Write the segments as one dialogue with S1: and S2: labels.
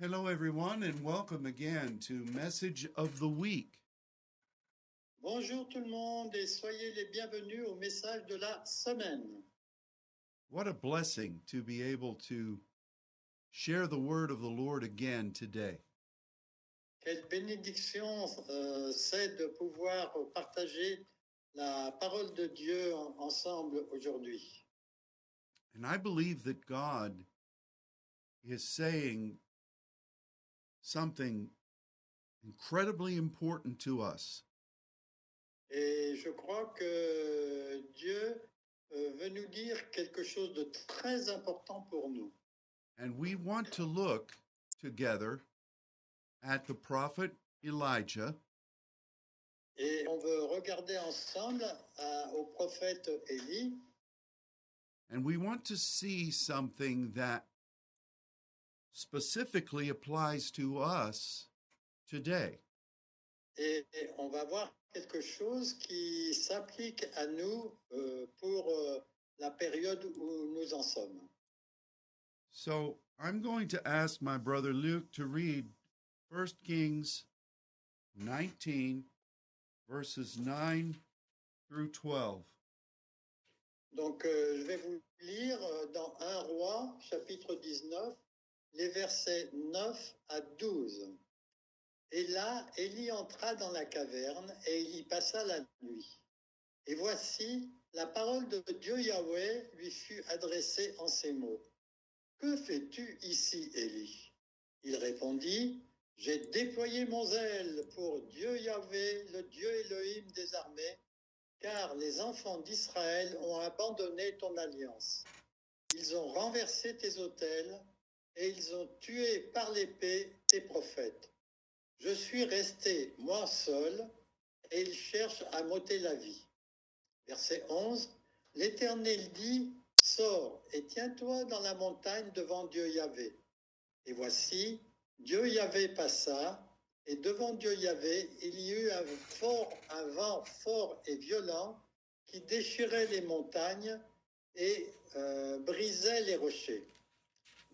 S1: Hello, everyone, and welcome again to Message of the Week.
S2: Bonjour tout le monde et soyez les bienvenus au message de la semaine.
S1: What a blessing to be able to share the word of the Lord again today.
S2: Quelle bénédiction euh, c'est de pouvoir partager la parole de Dieu en- ensemble aujourd'hui.
S1: And I believe that God is saying something incredibly important to us.
S2: Et je crois que Dieu euh, veut nous dire quelque chose de très important pour nous.
S1: And we want to look together at the prophet Elijah
S2: Et on veut regarder ensemble à- au prophète Élie
S1: And we want to see something that specifically applies to us today.
S2: et, et on va voir quelque chose qui s'applique à nous euh, pour euh, la période où nous en sommes.
S1: So I'm going to ask my brother Luke to read 1 Kings 19, verses 9 through 12.
S2: Donc, euh, je vais vous lire euh, dans 1 roi, chapitre 19, les versets 9 à 12. Et là, Élie entra dans la caverne et il y passa la nuit. Et voici, la parole de Dieu Yahweh lui fut adressée en ces mots. Que fais-tu ici, Élie Il répondit, J'ai déployé mon zèle pour Dieu Yahweh, le Dieu Elohim des armées, car les enfants d'Israël ont abandonné ton alliance. Ils ont renversé tes autels et ils ont tué par l'épée tes prophètes. Je suis resté moi seul et ils cherchent à m'ôter la vie. Verset 11. L'Éternel dit, Sors et tiens-toi dans la montagne devant Dieu Yahvé. Et voici, Dieu Yahvé passa, et devant Dieu Yahvé, il y eut un, fort, un vent fort et violent qui déchirait les montagnes et euh, brisait les rochers.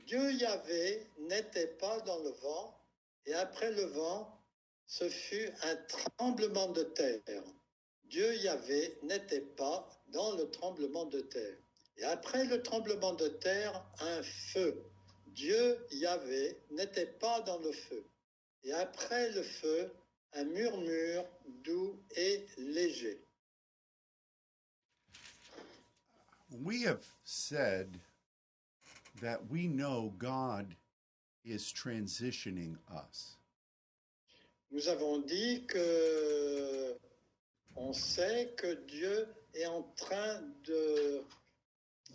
S2: Dieu Yahvé n'était pas dans le vent, et après le vent, ce fut un tremblement de terre. Dieu Yahvé n'était pas dans le tremblement de terre. Et après le tremblement de terre, un feu. Dieu Yahvé n'était pas dans le feu et après le feu, un murmure doux et léger.
S1: We have said that we know God is transitioning us.
S2: Nous avons dit que on sait que Dieu est en train de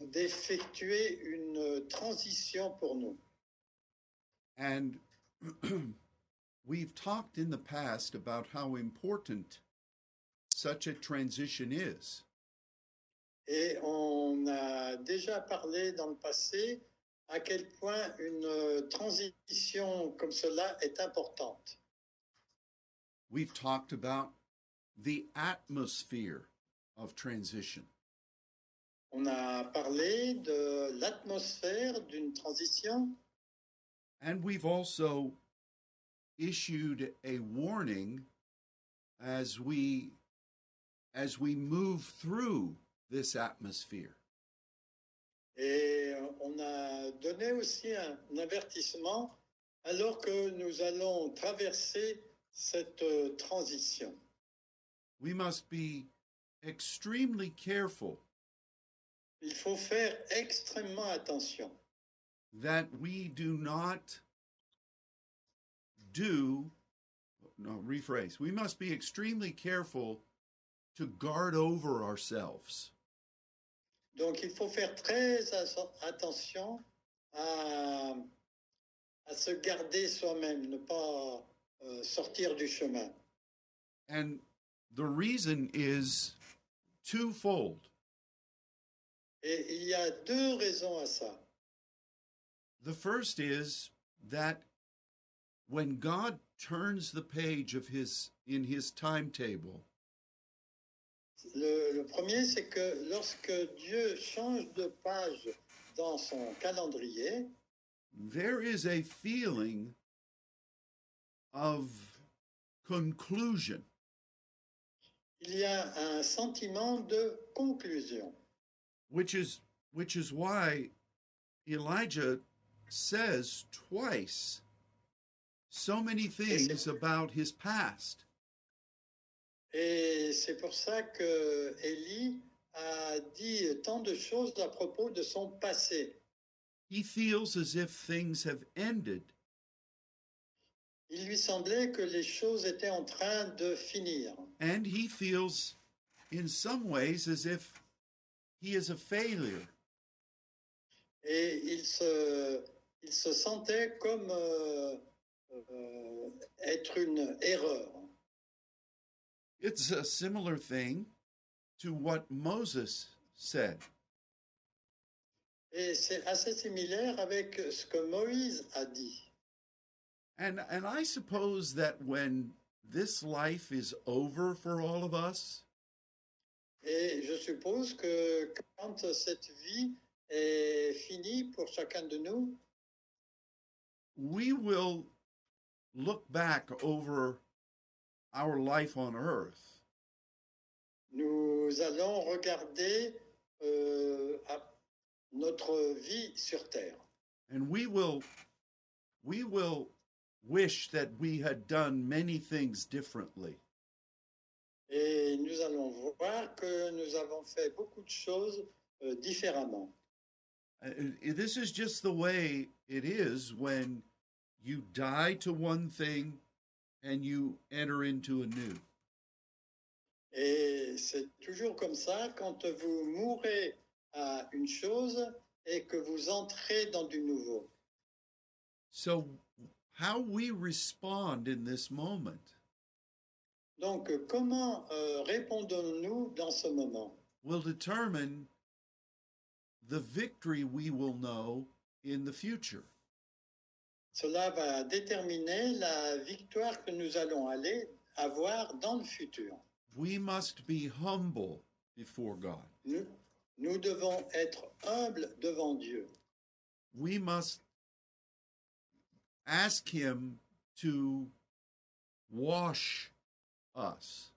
S2: d'effectuer une transition pour nous.
S1: And we've talked in the past about how important such a transition is.
S2: Et on a déjà parlé dans le passé à quel point une transition comme cela est importante.
S1: We've talked about the atmosphere of transition.
S2: On a parlé de l'atmosphère d'une transition
S1: And we've also issued a warning as we as we move through this atmosphere.
S2: Et euh, on a donné aussi un, un avertissement alors que nous allons traverser cette euh, transition.
S1: We must be extremely careful
S2: Il faut faire extrêmement attention
S1: that we do not do, no, rephrase, we must be extremely careful to guard over ourselves.
S2: Donc il faut faire très as- attention à, à se garder soi-même, ne pas euh, sortir du chemin.
S1: And the reason is twofold.
S2: Et il y a deux raisons à ça.
S1: The first is that when God turns the page of his in his timetable,
S2: Le, le premier, c'est que lorsque Dieu change de page dans son calendrier,
S1: there is a feeling of conclusion.
S2: Il y a un sentiment de conclusion.
S1: which is which is why Elijah says twice so many things about his past.
S2: Et c'est pour ça que Élie a dit tant de choses à propos de son passé.
S1: He feels as if things have ended,
S2: Il lui semblait que les choses étaient en train de finir.
S1: and he feels in some ways as if he is a failure.
S2: Et il se, il se sentait comme euh, euh, être une erreur.
S1: It's a similar thing to what Moses said.
S2: Et c'est assez similaire avec ce que Moïse a dit.
S1: And and I suppose that when this life is over for all of us,
S2: Et je suppose que quand cette vie est finie pour chacun de nous,
S1: we will look back over our life on earth
S2: nous allons regarder euh, à notre vie sur Terre.
S1: and we will we will wish that we had done many things differently
S2: Et nous allons voir que nous avons fait beaucoup de choses euh, différemment.
S1: Uh, uh, this is just the way it is when you die to one thing and you enter into a new
S2: Et c'est toujours comme ça, quand vous mourrez à une chose et que vous entrez dans du nouveau.
S1: so how we respond in this moment
S2: Donc, euh, comment euh, répondons-nous dans ce moment
S1: will determine the victory we will know in the future.
S2: Cela va déterminer la victoire que nous allons aller avoir dans le futur.
S1: We must be humble before God.
S2: Nous, nous devons être humbles devant Dieu.
S1: We must ask Him to wash us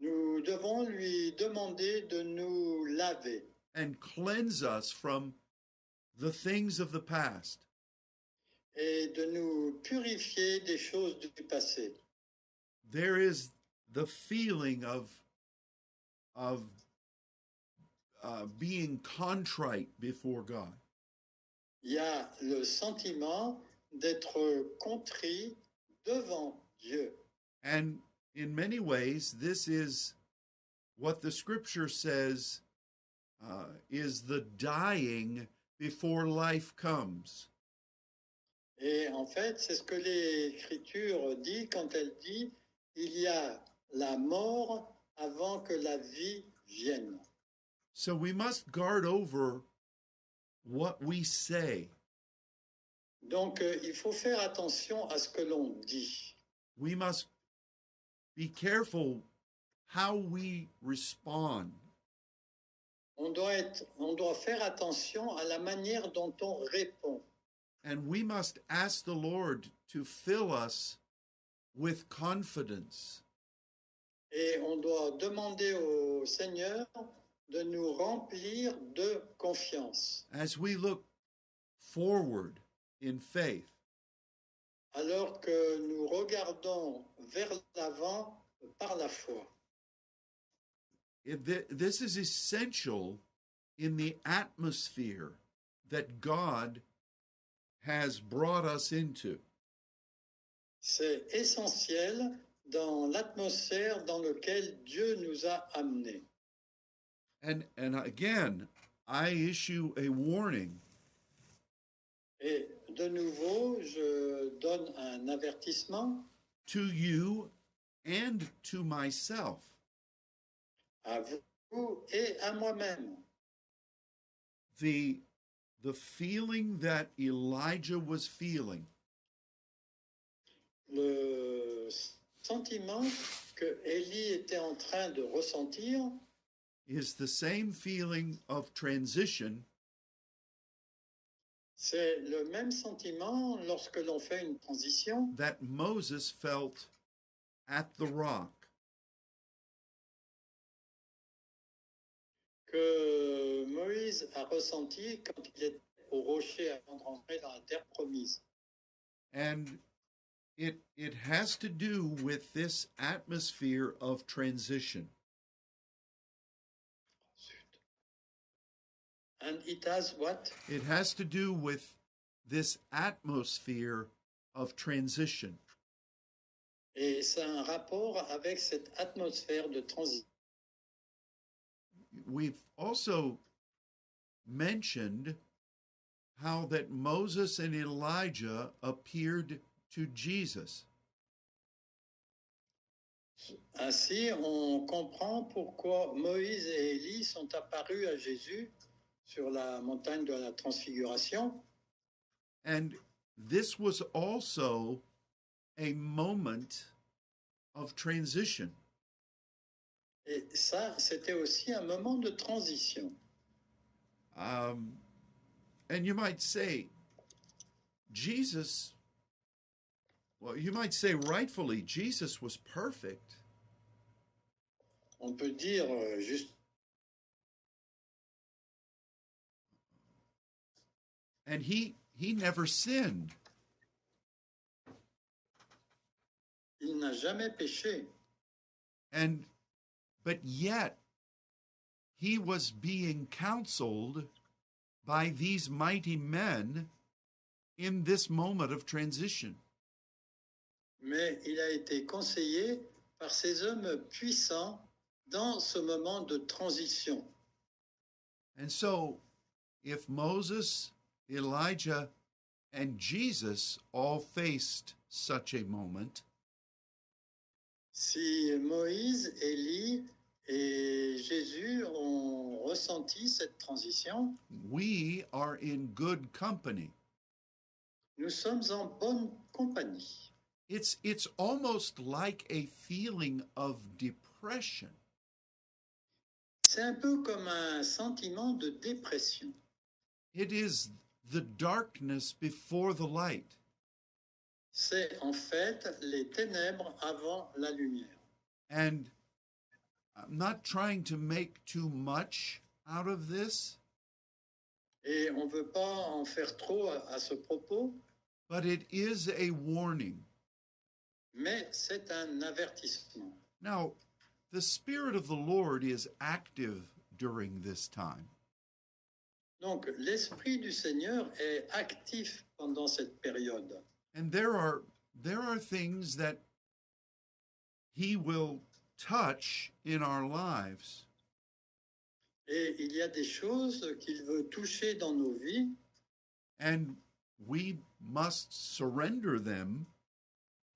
S2: Nous devons lui demander de nous laver
S1: and cleanse us from the things of the past.
S2: et de nous purifier des choses du passé.
S1: There is the feeling of of uh, being contrite before God.
S2: Il y a le sentiment d'être contrit devant Dieu.
S1: And in many ways, this is what the scripture says uh, is the dying before life comes.
S2: Et en fait, c'est ce que l'Écriture dit quand elle dit il y a la mort avant que la vie vienne.
S1: So we must guard over what we say.
S2: Donc, euh, il faut faire attention à ce que l'on dit.
S1: We must be careful how we respond.
S2: On doit, être, on doit faire attention à la manière dont on répond.
S1: And we must ask the Lord to fill us with confidence.
S2: Et on doit demander au Seigneur de nous remplir de confiance.
S1: as we look forward in faith,
S2: alors que nous regardons vers l'avant par la foi.
S1: if thi- this is essential in the atmosphere that God has brought us into.
S2: C'est essentiel dans l'atmosphère dans laquelle Dieu nous a amenés.
S1: And and again, I issue a warning.
S2: Et de nouveau, je donne un avertissement
S1: to you and to myself.
S2: à vous et à moi-même.
S1: The the feeling that Elijah was feeling
S2: Le sentiment que Élie était en train de ressentir,
S1: is the same feeling of transition
S2: C'est le même sentiment lorsque l'on fait une transition
S1: that Moses felt at the rock.
S2: que Moïse a ressenti quand il était au rocher avant de rentrer dans la terre promise.
S1: And it, it has to do with this atmosphere of transition.
S2: And it has what?
S1: It has to do with this atmosphere of transition.
S2: Et ça a un rapport avec cette atmosphère de transition.
S1: We've also mentioned how that Moses and Elijah appeared to Jesus.
S2: Ainsi, on comprend pourquoi Moïse et Élie sont apparus à Jésus sur la montagne de la transfiguration.
S1: And this was also a moment of transition.
S2: Et ça, c'était aussi un moment de transition.
S1: Um, and you might say, Jesus, well, you might say rightfully, Jesus was perfect,
S2: On peut dire euh, juste
S1: and he he never sinned.
S2: il n'a jamais péché,
S1: And but yet he was being counseled by these mighty men in this moment of transition.
S2: mais il a été conseillé par ces hommes puissants dans ce moment de transition.
S1: And so if Moses, Elijah, and Jesus all faced such a moment,
S2: Si Moïse, Élie et Jésus ont ressenti cette transition,
S1: we are in good company.
S2: nous sommes en bonne compagnie.
S1: It's it's almost like a feeling of depression
S2: C'est un peu comme un sentiment de dépression.
S1: It is the darkness before the light.
S2: C'est en fait les ténèbres avant la lumière.
S1: And I'm not trying to make too much out of this,
S2: Et on ne veut pas en faire trop à, à ce propos,
S1: but it is a warning.
S2: mais c'est un avertissement.
S1: Now, the Spirit of the Lord is active during this time.
S2: Donc l'Esprit du Seigneur est actif pendant cette période.
S1: And there are there are things that he will touch in our lives
S2: Et il y a des choses qu'il veut toucher dans nos vies
S1: and we must surrender them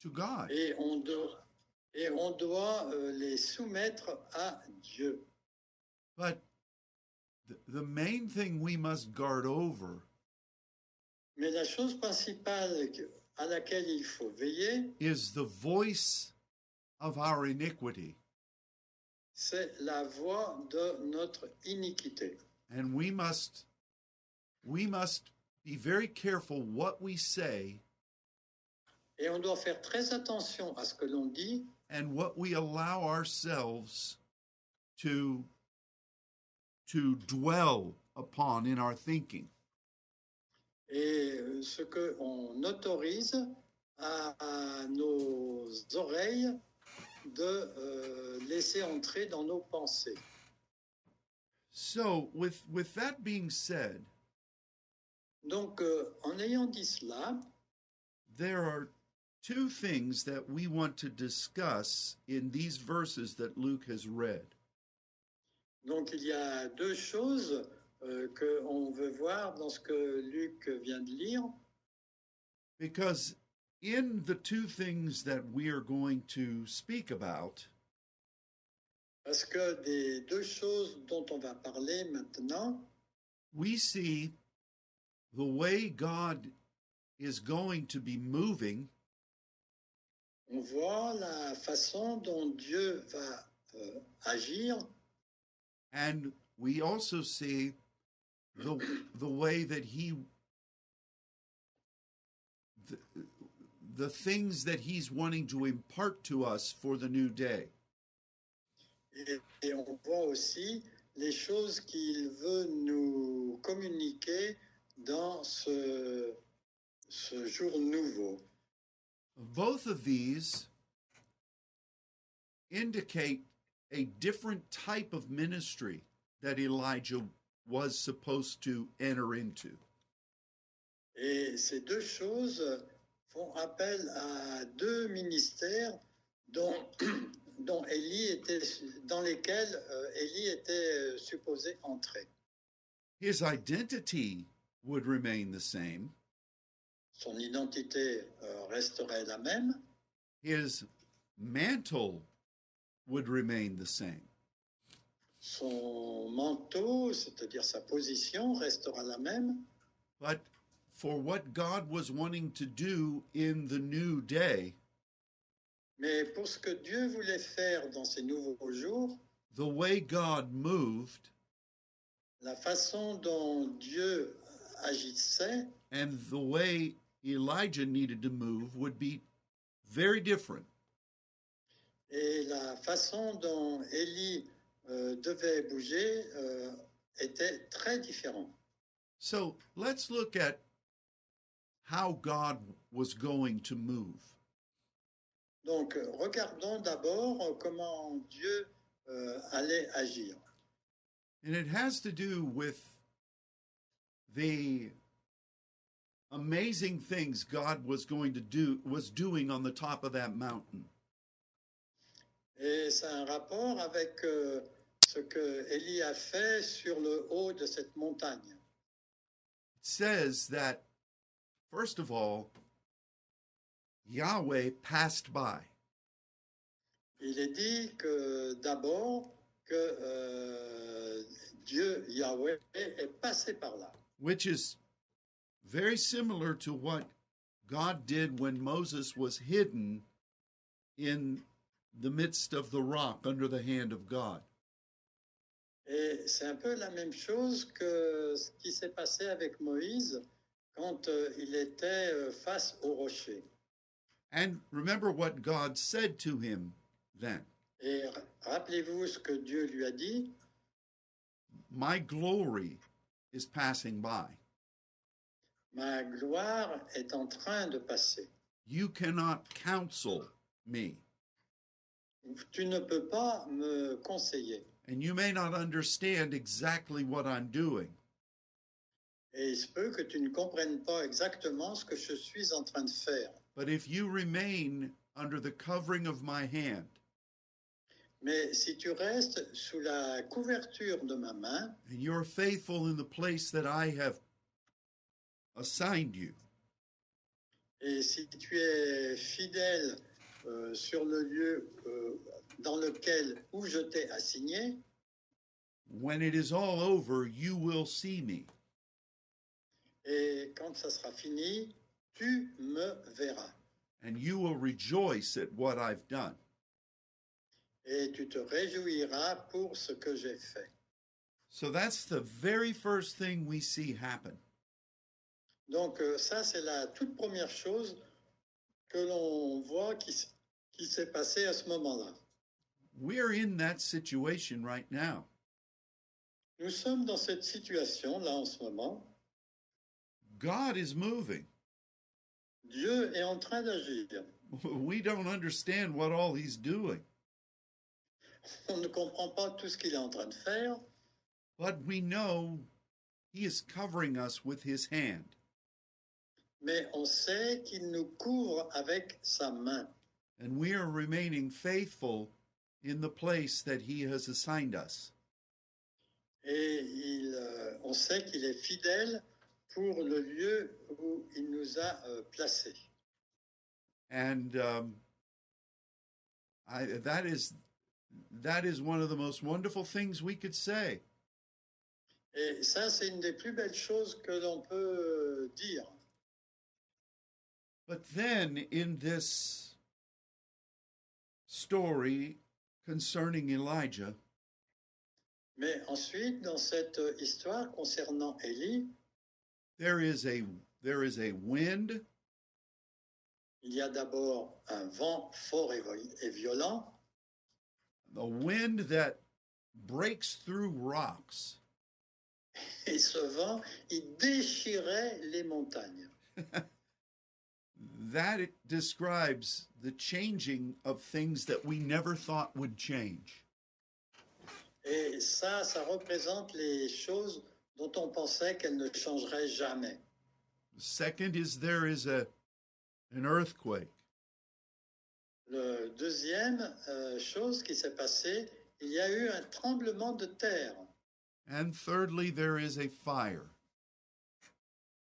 S1: to God.
S2: et on doit, et on doit euh, les soumettre à Dieu.
S1: But the, the main thing we must guard over
S2: Mais la chose principale que- à laquelle il faut veiller,
S1: is the voice of our iniquity.
S2: c'est la voie de notre iniquité.
S1: And we must we must be very careful what we say
S2: Et on doit faire très attention à ce que l'on dit
S1: and what we allow ourselves to to dwell upon in our thinking.
S2: et euh, ce que on autorise à, à nos oreilles de euh, laisser entrer dans nos pensées.
S1: So with with that being said,
S2: Donc, euh, en ayant dit cela,
S1: there are two things that we want to discuss in these verses that Luke has read.
S2: Donc il y a deux choses euh, que on veut voir dans ce que Luc vient de lire,
S1: Because in the two things that we are going to speak about,
S2: parce que des deux choses dont on va parler maintenant,
S1: we see the way God is going to be moving
S2: on voit la façon dont Dieu va euh, agir
S1: and we also see the the way that he the things that he's wanting to impart to us for the new day.
S2: Et, et on voit aussi les choses qu'il veut nous communiquer dans ce, ce jour nouveau.
S1: Both of these indicate a different type of ministry that Elijah was supposed to enter into.
S2: Et ces deux choses font appel à deux ministères dont, dont Élie était, dans lesquels euh, Élie était euh, supposé entrer.
S1: His identity would remain the same,
S2: Son identité euh, resterait la même,
S1: his mantle would remain the same.
S2: son manteau, c'est-à-dire sa position, restera la même,
S1: But for what God was wanting to do in the new day,
S2: mais pour ce que Dieu voulait faire dans ces nouveaux jours,
S1: the way God moved
S2: la façon dont Dieu agissait
S1: and the way Elijah needed to move would be very different.
S2: et la façon dont Élie euh, devait bouger euh, était très différente.
S1: So let's look at how God was going to move.
S2: Donc, euh, regardons d'abord euh, comment Dieu euh, allait agir.
S1: And it has to do with the amazing things God was going to do was doing on the top of that mountain.
S2: Et c'est un rapport avec euh, ce que Élie a fait sur le haut de cette montagne.
S1: It says that first of all Yahweh passed by.
S2: Il est dit que d'abord que euh, Dieu Yahweh est passé par là.
S1: which is very similar to what God did when Moses was hidden in the midst of the rock under the hand of God.
S2: Et c'est un peu la même chose que ce qui s'est passé avec Moïse quand euh, il était euh, face au rocher.
S1: And remember what God said to him then
S2: Et ra- rappelez-vous ce que Dieu lui a dit,
S1: My glory is passing by.
S2: ma gloire est en train de passer.
S1: You cannot counsel me.
S2: Tu ne peux pas me conseiller.
S1: And you may not understand exactly what I'm doing,
S2: Et il se peut que tu ne comprennes pas exactement ce que je suis en train de faire.
S1: but if you remain under the covering of my hand
S2: Mais si tu restes sous la couverture de ma main
S1: and you're faithful in the place that I have assigned you,
S2: et si tu es fidèle euh, sur le lieu euh, dans lequel où je t'ai assigné,
S1: when it is all over, you will see me.
S2: et quand ça sera fini, tu me verras.
S1: And you will rejoice at what I've done.
S2: Et tu te réjouiras pour ce que j'ai fait.
S1: So that's the very first thing we see happen.
S2: Donc euh, ça, c'est la toute première chose que l'on voit qui, s- qui s'est passée à ce moment-là.
S1: We're in that situation right now.
S2: Nous sommes dans cette situation là en ce moment.
S1: God is moving.
S2: Dieu est en train d'agir.
S1: We don't understand what all he's doing,
S2: On ne comprend pas tout ce qu'il est en train de faire,
S1: but we know he is covering us with his hand.
S2: mais on sait qu'il nous couvre avec sa main.
S1: And we are remaining faithful in the place that he has assigned us.
S2: Et il, euh, on sait qu'il est fidèle pour le lieu où il nous a euh, placés.
S1: and um, I, that is that is one of the most wonderful things we could say.
S2: Et ça, c'est une des plus belles choses que l'on peut euh, dire.
S1: But then in this story concerning Elijah,
S2: Mais ensuite, dans cette euh, histoire concernant Élie,
S1: there is a there is a wind
S2: Il y a d'abord un vent fort et vo- et violent,
S1: the wind that breaks through rocks.
S2: et ce vent, il déchirait les montagnes.
S1: That it describes the changing of things that we never thought would change.
S2: Et ça, ça représente les choses dont on pensait qu'elles ne changeraient jamais.
S1: Second is there is a an earthquake.
S2: Le deuxième euh, chose qui s'est passée, il y a eu un tremblement de terre.
S1: And thirdly there is a fire.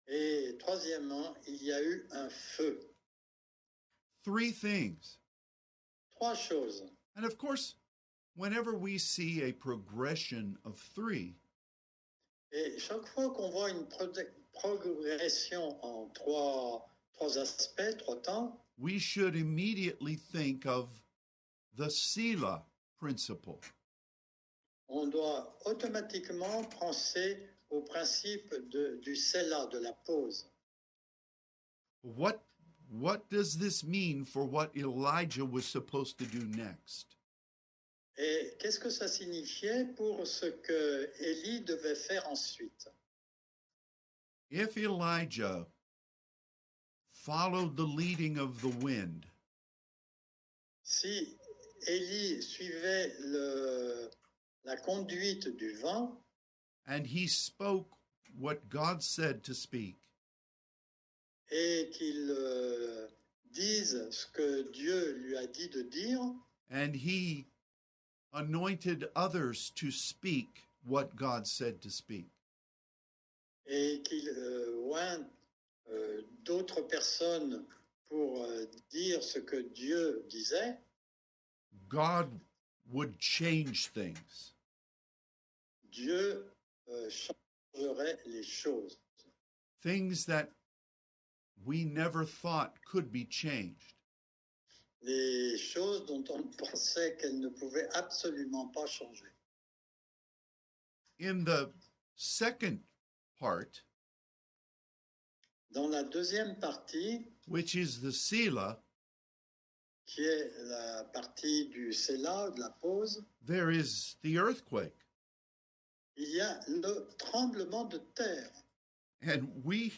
S2: Et troisièmement, il y a eu un feu.
S1: Three things.
S2: Trois choses.
S1: And of course, whenever we see a progression of 3,
S2: Et chaque fois qu'on voit une pro- progression en trois, trois aspects, trois temps,
S1: we should immediately think of the Sila principle.
S2: on doit automatiquement penser au principe de- du cela, de la pause.
S1: What what does this mean for what Elijah was supposed to do next?
S2: Et qu'est-ce que ça signifiait pour ce que Élie devait faire ensuite
S1: If Elijah followed the leading of the wind,
S2: Si Élie suivait le- la conduite du vent
S1: and he spoke what God said to speak,
S2: et qu'il euh, dise ce que Dieu lui a dit de dire,
S1: and he anointed others to speak what God said to speak,
S2: et qu'il euh, oint euh, d'autres personnes pour euh, dire ce que Dieu disait,
S1: God would change things.
S2: Dieu euh, changerait les choses.
S1: Things that we never thought could be changed.
S2: Des choses dont on pensait qu'elles ne pouvaient absolument pas changer.
S1: In the second part,
S2: Dans la deuxième partie,
S1: which is the Sila,
S2: qui est la partie du Séla, de la pause,
S1: there is the earthquake.
S2: il y a le tremblement de terre.
S1: and we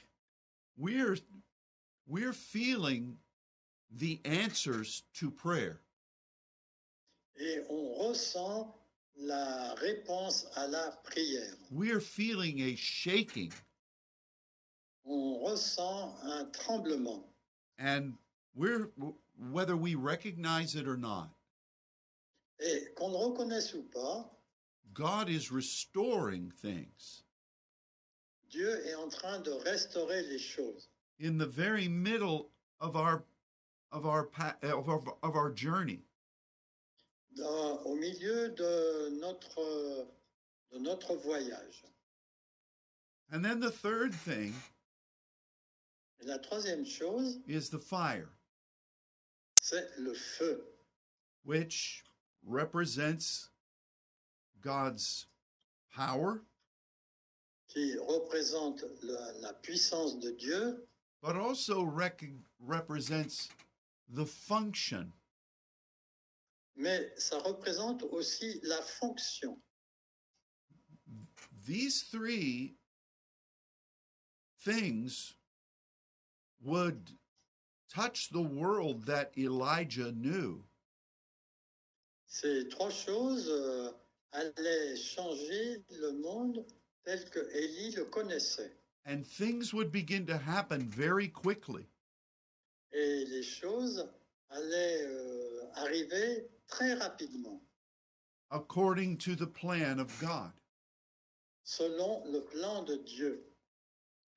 S1: we're we're feeling the answers to prayer
S2: Et on ressent la réponse à la prière.
S1: we're feeling a shaking
S2: On ressent un tremblement.
S1: and we're whether we recognize it or not
S2: Et qu'on le reconnaisse ou pas,
S1: god is restoring things
S2: Dieu est en train de restaurer les choses.
S1: in the very middle of our of our pa- of our, of our journey
S2: Dans- euh, au milieu de notre, de notre voyage.
S1: and then the third thing
S2: Et la troisième chose,
S1: is the fire
S2: c'est le feu.
S1: which represents god's power
S2: qui représente la, la puissance de Dieu,
S1: but also rec- represents the function.
S2: mais ça représente aussi la fonction.
S1: These three things would touch the world that Elijah knew,
S2: Ces trois choses euh, allaient changer le monde tel que Élie le connaissait.
S1: and things would begin to happen very quickly.
S2: Et les choses allaient euh, arriver très rapidement,
S1: According to the plan of God.
S2: selon le plan de Dieu.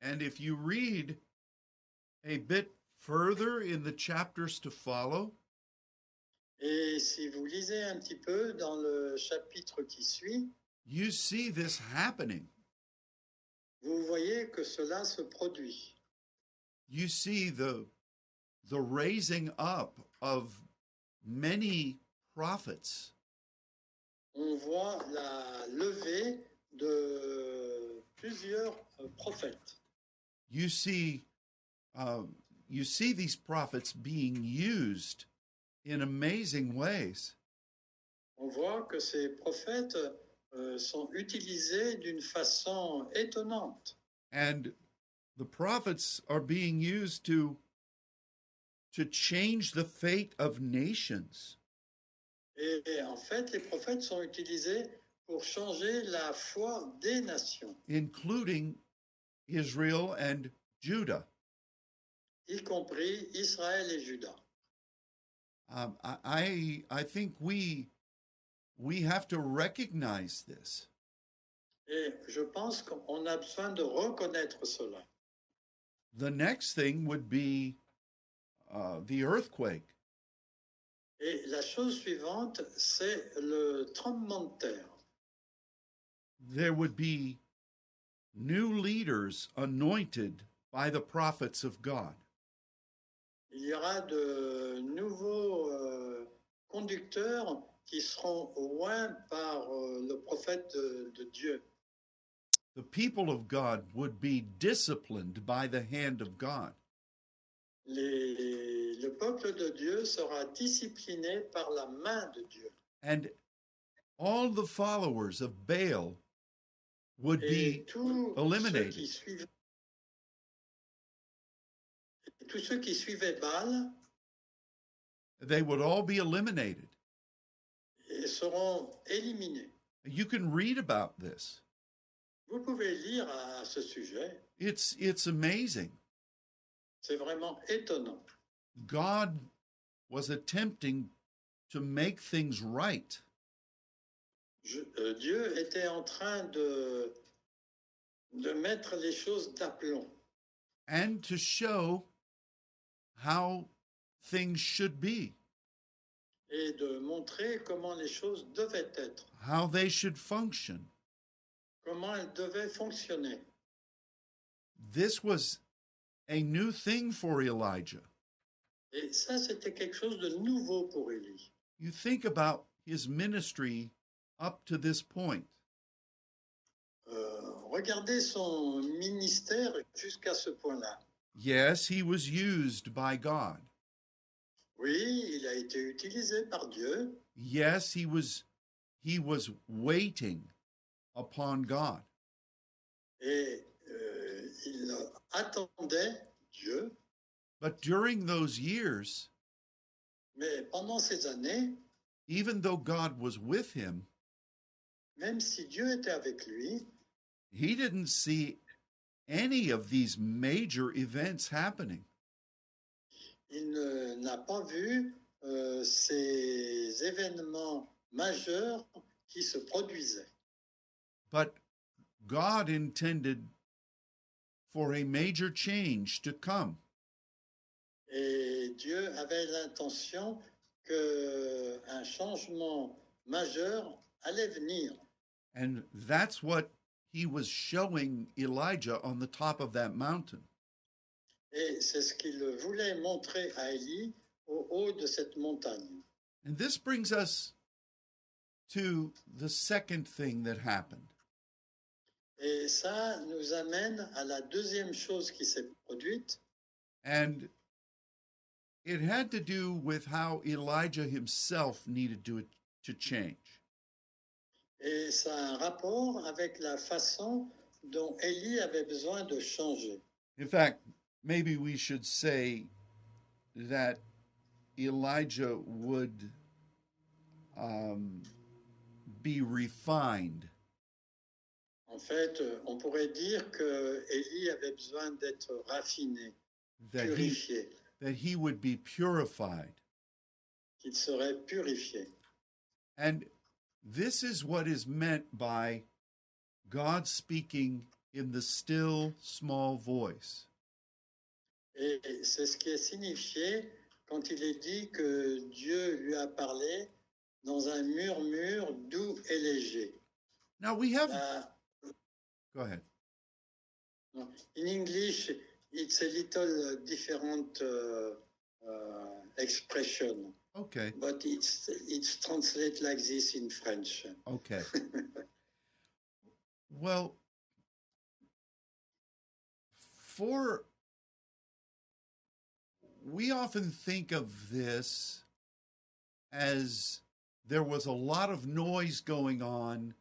S1: And if you read a bit further in the chapters to follow,
S2: Et si vous lisez un petit peu dans le chapitre qui suit,
S1: you see this happening.
S2: vous voyez que cela se produit.
S1: you see the the raising up of many prophets
S2: on voit la levée de plusieurs euh, prophètes.
S1: you see um, you see these prophets being used in amazing ways.
S2: On voit que ces prophètes euh, sont utilisés d'une façon étonnante.
S1: And the prophets are being used to to change the fate of nations.
S2: Et, et en fait, les prophètes sont utilisés pour changer la foi des nations,
S1: including Israel and Judah.
S2: y compris Israël et Juda.
S1: Um, I, I I think we we have to recognize this.
S2: Et je pense qu'on a besoin de reconnaître cela.
S1: The next thing would be uh, the earthquake.
S2: Et la chose suivante, c'est le tremblement de terre.
S1: There would be new leaders anointed by the prophets of God.
S2: Il y aura de nouveaux euh, conducteurs qui seront oints par euh, le prophète de, de Dieu.
S1: The people of God would be disciplined by the hand of God.
S2: Les- le peuple de Dieu sera discipliné par la main de Dieu.
S1: And all the followers of Baal would
S2: Et
S1: be
S2: tous ceux
S1: eliminated.
S2: qui suivaient, et tous ceux qui suivaient Baal
S1: they would all be eliminated.
S2: et seront éliminés.
S1: You can read about this.
S2: Vous pouvez lire à ce sujet,
S1: It's it's amazing.
S2: c'est vraiment étonnant.
S1: God was attempting to make things right.
S2: Je- euh, Dieu était en train de, de mettre les choses d'aplomb
S1: and to show how things should be,
S2: et de montrer comment les choses devaient être,
S1: how they should function.
S2: comment elles devaient fonctionner.
S1: This was a new thing for Elijah.
S2: Et ça, c'était quelque chose de nouveau pour Élie.
S1: You think about his ministry up to this point.
S2: Euh, regardez son ministère jusqu'à ce point-là.
S1: Yes, he was used by God.
S2: Oui, il a été utilisé par Dieu.
S1: Yes, he was he was waiting upon God.
S2: Et euh, il attendait Dieu,
S1: But during those years,
S2: mais pendant ces années,
S1: even though God was with him,
S2: même si Dieu était avec lui,
S1: he didn't see any of these major events happening.
S2: il ne- n'a pas vu euh, ces événements majeurs qui se produisaient.
S1: But God intended for a major change to come.
S2: Et Dieu avait l'intention qu'un changement majeur allait venir.
S1: And that's what he was showing Elijah on the top of that mountain.
S2: Et c'est ce qu'il voulait montrer à Élie au haut de cette montagne.
S1: And this brings us to the second thing that happened.
S2: Et ça nous amène à la deuxième chose qui s'est produite,
S1: And it had to do with how Elijah himself needed to, to change.
S2: et ça a un rapport avec la façon dont Élie avait besoin de changer.
S1: In fact, maybe we should say that Elijah would um, be refined.
S2: En fait, euh, on pourrait dire que Élie avait besoin d'être raffiné,
S1: That he,
S2: purifié,
S1: that he would be purified.
S2: qu'il serait purifié.
S1: And this is what is meant by God speaking in the still small voice.
S2: Et c'est ce qui est signifié quand il est dit que Dieu lui a parlé dans un murmure doux et léger.
S1: Now we have.
S2: La-
S1: Go ahead.
S2: In English, it's a little different uh, uh, expression,
S1: Okay.
S2: but it's it's translated like this in French.
S1: Okay. well, for we often think of this as there was a lot of noise going on,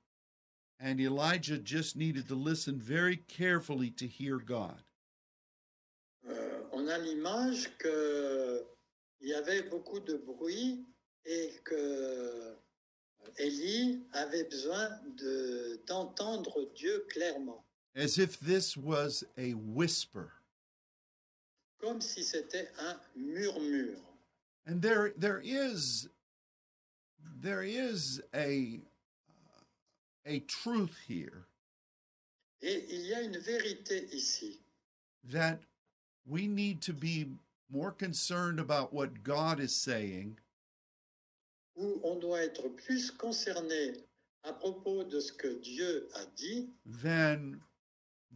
S1: and Elijah just needed to listen very carefully to hear God.
S2: Euh, on a l'image qu'il y avait beaucoup de bruit et que euh, Élie avait besoin de- d'entendre Dieu clairement,
S1: as if this was a whisper.
S2: comme si c'était un murmure.
S1: And there, there is, there is a, a truth here
S2: Et il y a une vérité ici.
S1: that we need to be more concerned about what God is saying
S2: où on doit être plus concerné à propos de ce que Dieu a dit
S1: than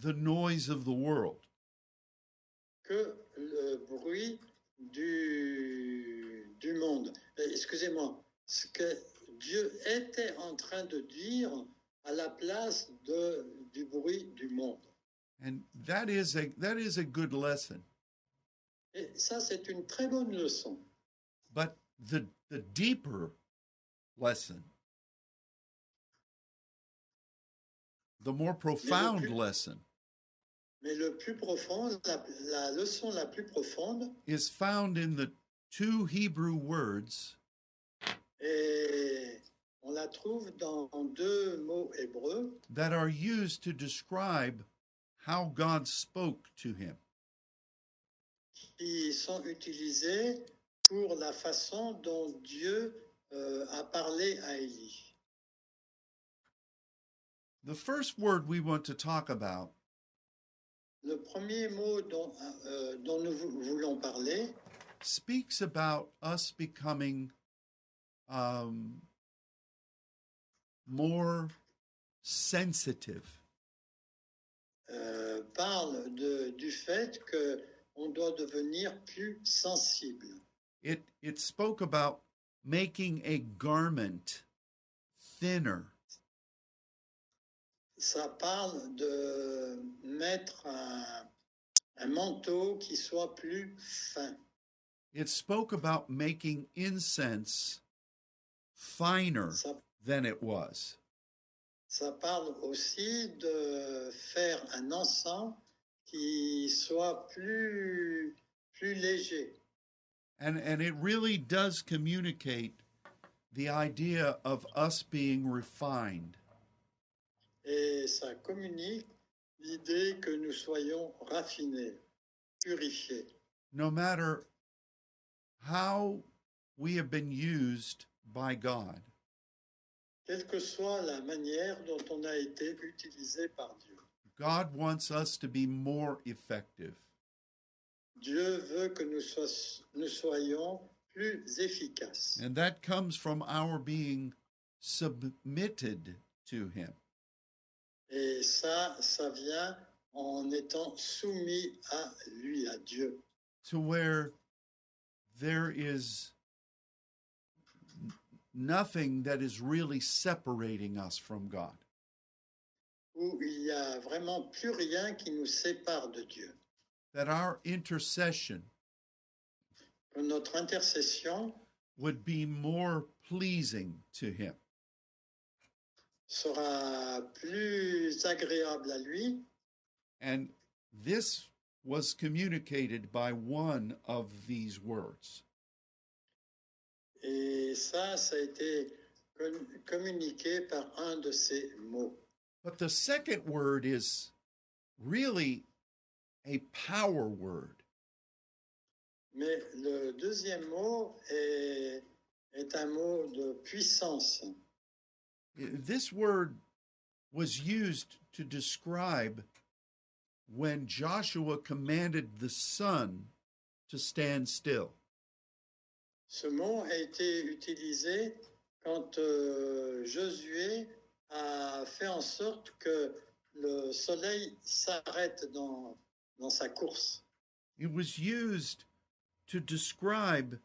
S1: the noise of the world.
S2: que le bruit du, du monde. Euh, Excusez-moi, ce que Dieu était en train de dire à la place de, du bruit du monde.
S1: And that is a that is a good lesson.
S2: Et ça, c'est une très bonne leçon.
S1: But the the deeper lesson, the more profound lesson
S2: Mais le plus profond, la, la leçon la plus profonde
S1: is found in the two Hebrew words
S2: et on la trouve dans deux mots hébreux
S1: that are used to describe how God spoke to him.
S2: qui sont utilisés pour la façon dont Dieu euh, a parlé à Élie.
S1: The first word we want to talk about
S2: Le premier mot dont, euh, dont nous vou- voulons parler
S1: speaks about us becoming um, more sensitive.
S2: euh, parle de- du fait que on doit devenir plus sensible.
S1: It it spoke about making a garment thinner.
S2: Ça parle de mettre un, un manteau qui soit plus fin.
S1: It spoke about making incense finer
S2: Ça,
S1: than it was.
S2: ça parle aussi de faire un ensemble qui soit plus, plus léger.
S1: And and it really does communicate the idea of us being refined.
S2: Et ça communique l'idée que nous soyons raffinés, purifiés.
S1: no matter how we have been used by God,
S2: Quelle que soit la manière dont on a été utilisé par Dieu.
S1: God wants us to be more effective.
S2: Dieu veut que nous, sois- nous soyons plus efficaces.
S1: And that comes from our being submitted to Him.
S2: Et ça, ça vient en étant soumis à lui, à Dieu.
S1: to where there is n- nothing that is really separating us from God.
S2: où il n'y a vraiment plus rien qui nous sépare de Dieu.
S1: That our intercession
S2: Que notre intercession
S1: would be more pleasing to Him.
S2: sera plus agréable à lui.
S1: And this was communicated by one of these words.
S2: Et ça, ça a été com- communiqué par un de ces mots.
S1: But the second word is really a power word.
S2: Mais le deuxième mot est, est un mot de puissance.
S1: This word was used to describe when Joshua commanded the sun to stand still.
S2: Ce mot a été utilisé quand euh, Josué a fait en sorte que le soleil s'arrête dans, dans sa course.
S1: It was used to describe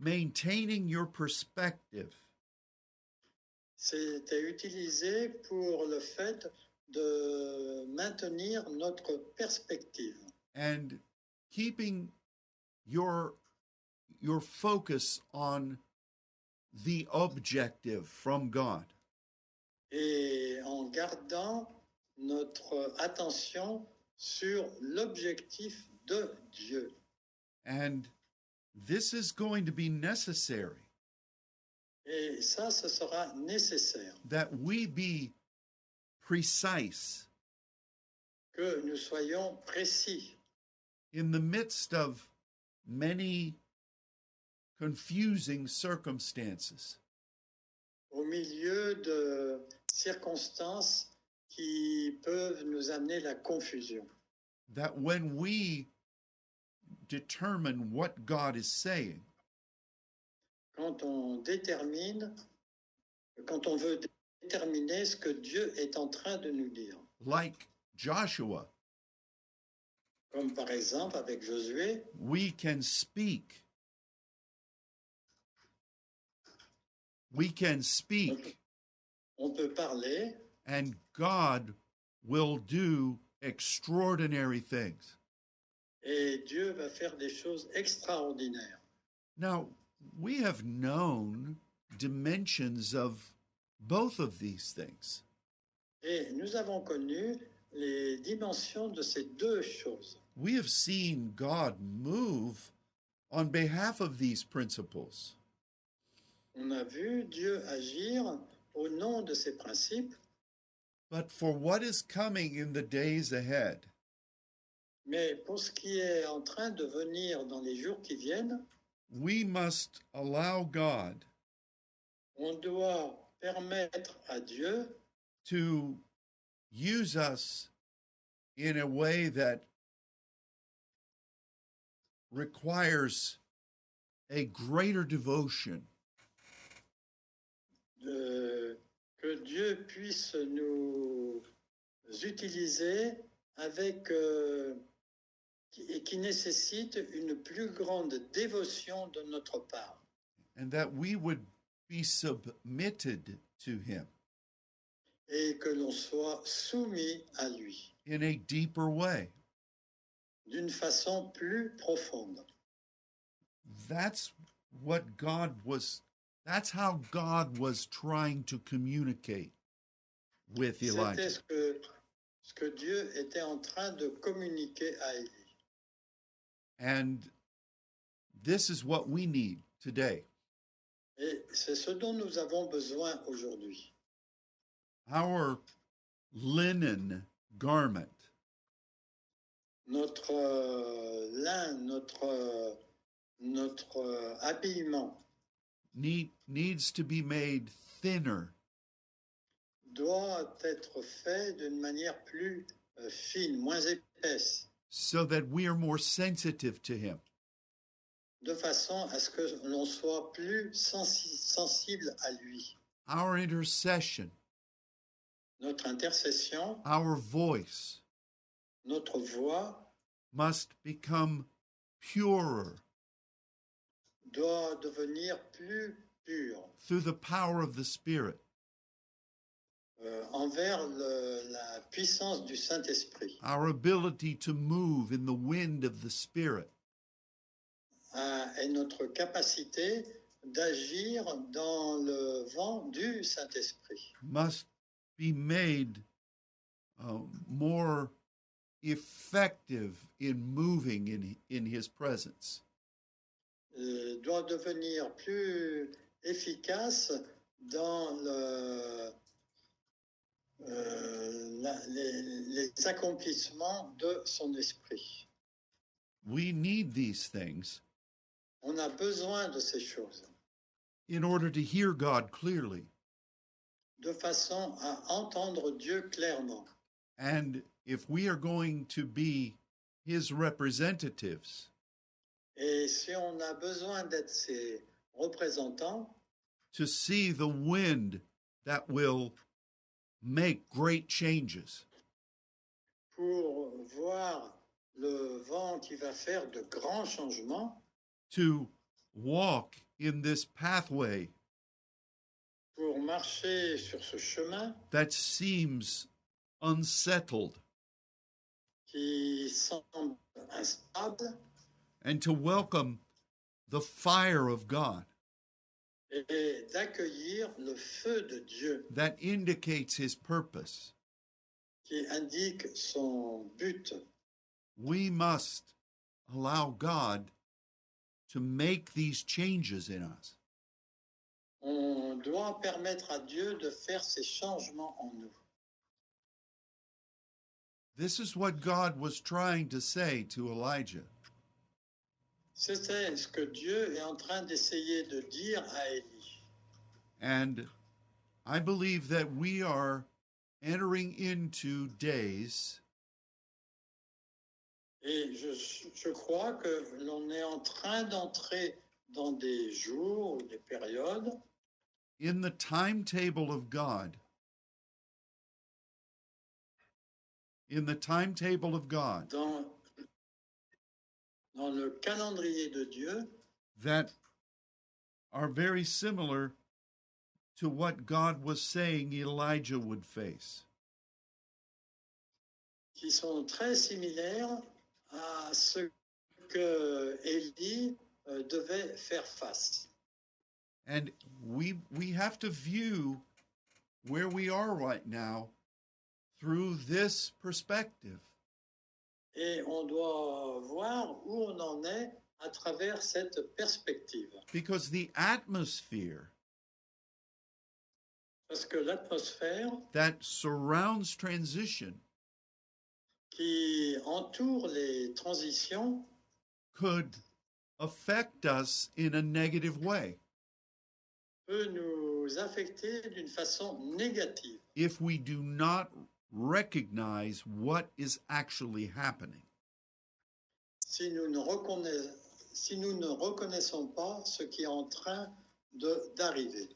S1: maintaining your perspective.
S2: C'était utilisé pour le fait de maintenir notre perspective
S1: and keeping your your focus on the objective from God.
S2: et en gardant notre attention sur l'objectif de Dieu.
S1: And this is going to be necessary
S2: Et ça, ce sera nécessaire
S1: that we be precise
S2: que nous soyons précis
S1: in the midst of many confusing circumstances.
S2: au milieu de circonstances qui peuvent nous amener la confusion.
S1: That when we determine what God is saying,
S2: Quand on détermine, quand on veut déterminer ce que Dieu est en train de nous dire,
S1: like Joshua,
S2: comme par exemple avec Josué,
S1: we can speak. We can speak,
S2: on peut parler
S1: and God will do extraordinary things.
S2: et Dieu va faire des choses extraordinaires.
S1: Now, we have known dimensions of both of these things.
S2: Et nous avons connu les dimensions de ces deux choses.
S1: We have seen God move on behalf of these principles.
S2: On a vu Dieu agir au nom de ces principes,
S1: But for what is coming in the days ahead,
S2: mais pour ce qui est en train de venir dans les jours qui viennent,
S1: we must allow God
S2: on doit permettre à Dieu
S1: to use us in a way that requires a greater devotion,
S2: de- que Dieu puisse nous utiliser avec euh, qui- et qui nécessite une plus grande dévotion de notre part.
S1: and that we would be submitted to Him
S2: et que l'on soit soumis à lui
S1: in a deeper way.
S2: d'une façon plus profonde.
S1: That's what God was, that's how God was trying to communicate with
S2: C'était
S1: Elijah.
S2: ce que, ce que Dieu était en train de communiquer à Élie.
S1: And this is what we need today.
S2: Et c'est ce dont nous avons besoin aujourd'hui.
S1: Our linen garment
S2: Notre euh, lin, notre, euh, notre euh, habillement
S1: need, needs to be made thinner
S2: doit être fait d'une manière plus euh, fine, moins épaisse,
S1: so that we are more sensitive to Him.
S2: de façon à ce que l'on soit plus sensi- sensible à lui.
S1: Our intercession,
S2: Notre intercession
S1: our voice
S2: notre voix
S1: must become purer
S2: doit devenir plus pure
S1: through the power of the Spirit.
S2: euh, envers le- la puissance du Saint-Esprit,
S1: Our ability to move in the wind of the Spirit
S2: hein, et notre capacité d'agir dans le vent du Saint-Esprit
S1: must be made uh, more effective in moving in, in his presence.
S2: Euh, doit devenir plus efficace dans le- euh, la- les- les accomplissements de son esprit.
S1: We need these things
S2: On a besoin de ces choses.
S1: in order to hear God clearly
S2: de façon à entendre Dieu clairement.
S1: and if we are going to be his representatives
S2: Et si on a besoin d'être ses représentants,
S1: to see the wind that will make great changes.
S2: pour voir le vent qui va faire de grands changements,
S1: to walk in this pathway
S2: pour marcher sur ce chemin
S1: that seems unsettled
S2: qui semble instable
S1: and to welcome the fire of God
S2: et d'accueillir le feu de Dieu
S1: that indicates his purpose.
S2: qui indique son but.
S1: We must allow God to make these changes in us.
S2: On doit permettre à Dieu de faire ces changements en nous.
S1: This is what God was trying to say to Elijah.
S2: C'était ce que Dieu est en train d'essayer de dire à Élie.
S1: And I believe that we are entering into days
S2: Et je, je crois que l'on est en train d'entrer dans des jours ou des périodes
S1: in the timetable of God. In the timetable of God,
S2: dans, dans le calendrier de Dieu
S1: that are very similar to what God was saying Elijah would face.
S2: qui sont très similaires à ce que Élie euh, devait faire face.
S1: And we we have to view where we are right now through this perspective.
S2: Et on doit voir où on en est à travers cette perspective.
S1: Because the atmosphere
S2: Parce que l'atmosphère
S1: that surrounds transition
S2: qui entoure les transitions
S1: could affect us in a negative way
S2: peut nous affecter d'une façon négative
S1: if we do not recognize what is actually happening.
S2: si nous ne, reconna- si nous ne reconnaissons pas ce qui est en train de- d'arriver.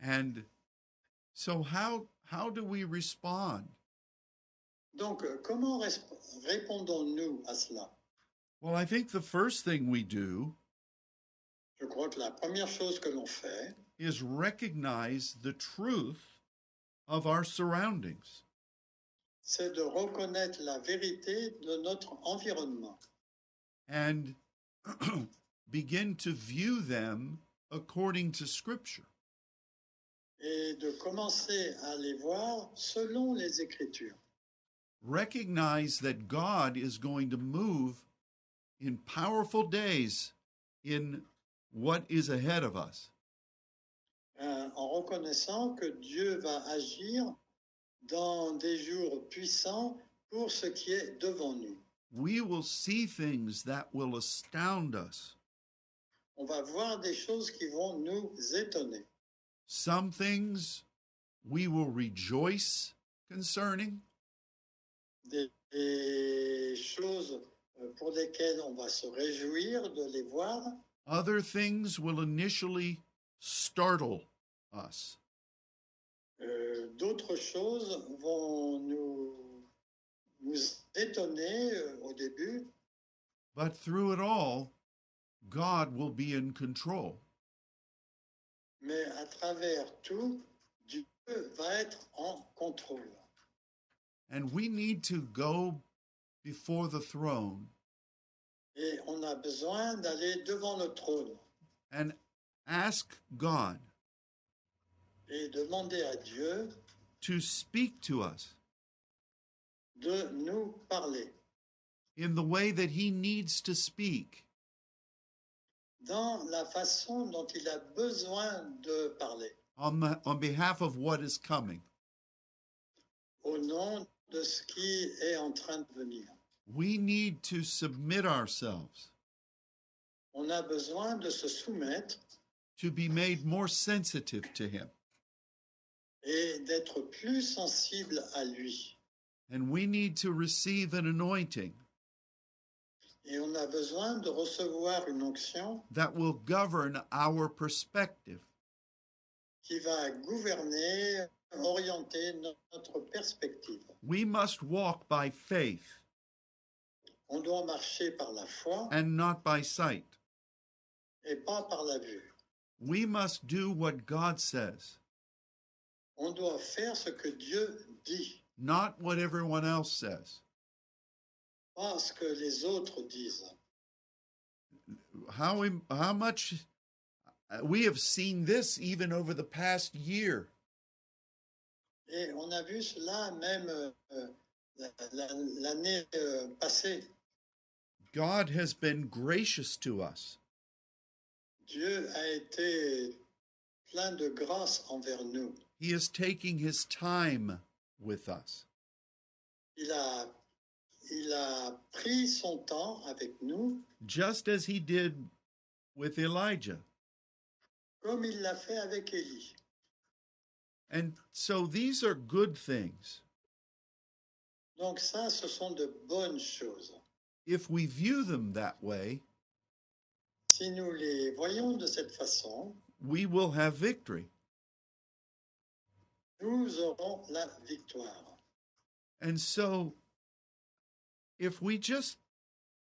S1: And so how how do we respond?
S2: Donc, euh, comment resp- répondons-nous à cela
S1: Well, I think the first thing we do
S2: Je crois que la première chose que l'on fait,
S1: is recognize the truth of our surroundings.
S2: c'est de reconnaître la vérité de notre environnement
S1: and begin to view them according to Scripture.
S2: et de commencer à les voir selon les Écritures.
S1: Recognize that God is going to move in powerful days in what is ahead of us.
S2: Euh, en reconnaissant que Dieu va agir dans des jours puissants pour ce qui est devant nous.
S1: We will see things that will astound us.
S2: On va voir des choses qui vont nous étonner.
S1: Some things we will rejoice concerning,
S2: Des, des choses euh, pour lesquelles on va se réjouir de les voir.
S1: other things will initially startle us.
S2: Euh, D'autres choses vont nous, nous étonner euh, au début,
S1: But through it all, God will be in control.
S2: mais à travers tout, Dieu va être en contrôle.
S1: And we need to go before the throne
S2: Et on a besoin d'aller devant le trône
S1: and ask God
S2: et demander à Dieu
S1: to speak to us
S2: de nous parler
S1: in the way that He needs to speak
S2: dans la façon dont il a besoin de parler,
S1: on, the, on behalf of what is coming.
S2: au nom de ce qui est en train de venir.
S1: We need to submit ourselves
S2: On a besoin de se soumettre
S1: to be made more sensitive to Him.
S2: et d'être plus sensible à lui.
S1: And we need to receive an anointing
S2: Et on a besoin de recevoir une onction
S1: that will govern our perspective.
S2: qui va gouverner, orienter no- notre perspective.
S1: We must walk by faith
S2: On doit marcher par la foi
S1: and not by sight.
S2: et pas par la vue.
S1: We must do what God says,
S2: On doit faire ce que Dieu dit,
S1: not what everyone else says.
S2: pas ce que les autres disent.
S1: how im- how much uh, we have seen this even over the past year.
S2: Et on a vu cela même euh, la- la- l'année euh, passée.
S1: God has been gracious to us.
S2: Dieu a été plein de grâce envers nous.
S1: He is taking his time with us.
S2: Il a, il a pris son temps avec nous,
S1: just as he did with Elijah.
S2: comme il l'a fait avec Élie.
S1: And so these are good things.
S2: Donc ça, ce sont de bonnes choses.
S1: If we view them that way,
S2: Si nous les voyons de cette façon,
S1: we will have victory.
S2: nous aurons la victoire.
S1: And so if we just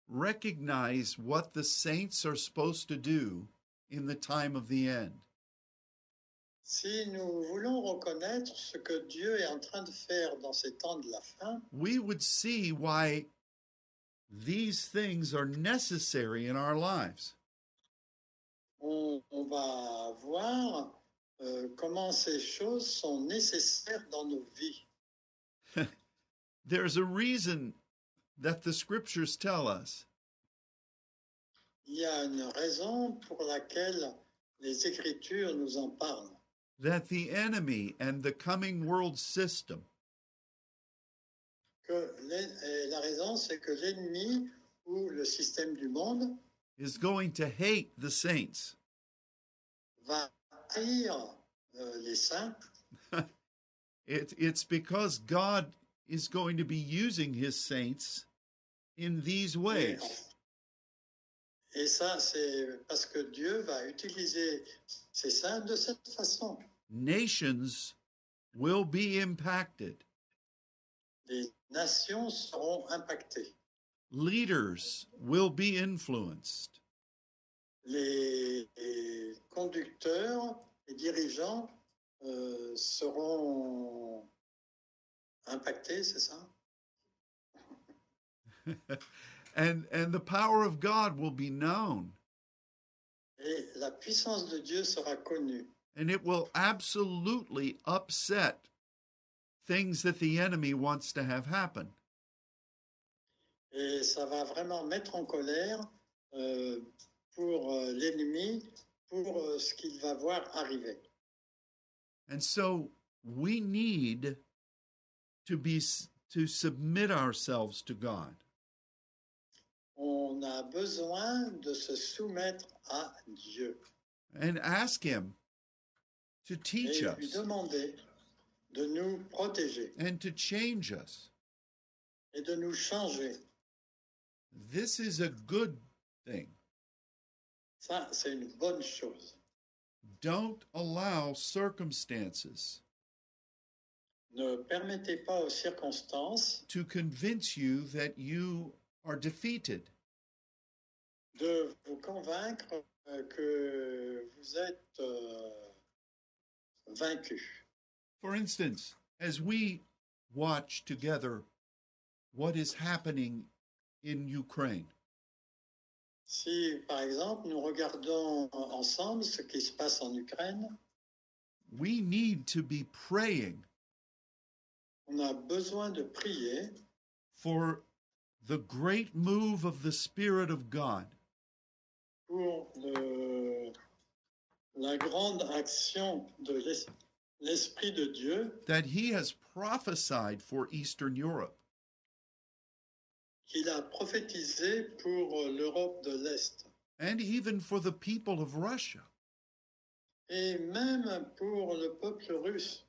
S1: recognize what the saints are supposed to do in the time of the end,
S2: Si nous voulons reconnaître ce que Dieu est en train de faire dans ces temps de la fin,
S1: we would see why these things are necessary in our lives.
S2: on, on va voir euh, comment ces choses sont nécessaires dans nos vies.
S1: There's a reason that the scriptures tell us
S2: Il y a une raison pour laquelle les Écritures nous en parlent.
S1: that the enemy and the coming world system
S2: Que l'en- et la raison, c'est que l'ennemi ou le système du monde
S1: is going to hate the saints.
S2: va haïr euh, les saints
S1: It, it's because God is going to be using his saints in these
S2: Et-
S1: ways.
S2: Et ça, c'est parce que Dieu va utiliser ses saints de cette façon.
S1: Nations will be impacted,
S2: Les nations seront impactées.
S1: leaders will be influenced,
S2: Les, les conducteurs, les dirigeants euh, seront impactés, c'est ça
S1: and, and the power of God will be known,
S2: Et la puissance de Dieu sera connue.
S1: and it will absolutely upset things that the enemy wants to have happen.
S2: Et ça va vraiment mettre en colère euh, pour euh, l'ennemi, pour euh, ce qu'il va voir arriver.
S1: And so we need to be to submit ourselves to God.
S2: On a besoin de se soumettre à Dieu
S1: and ask him to teach
S2: et lui
S1: us
S2: demander de nous protéger
S1: and to change us.
S2: et de nous changer.
S1: This is a good thing.
S2: Ça, c'est une bonne chose.
S1: Don't allow circumstances
S2: Ne permettez pas aux circonstances
S1: to convince you that you are defeated.
S2: de vous convaincre euh, que vous êtes euh, vaincu.
S1: For instance, as we watch together what is happening in Ukraine,
S2: Si, par exemple, nous regardons ensemble ce qui se passe en Ukraine,
S1: we need to be praying
S2: on a besoin de prier
S1: for the great move of the Spirit of God
S2: pour le- la grande action de l'es- l'Esprit de Dieu
S1: that he has prophesied for Eastern Europe.
S2: qu'il a prophétisé pour l'Europe de l'Est
S1: and even for the people of Russia.
S2: et même pour le peuple russe.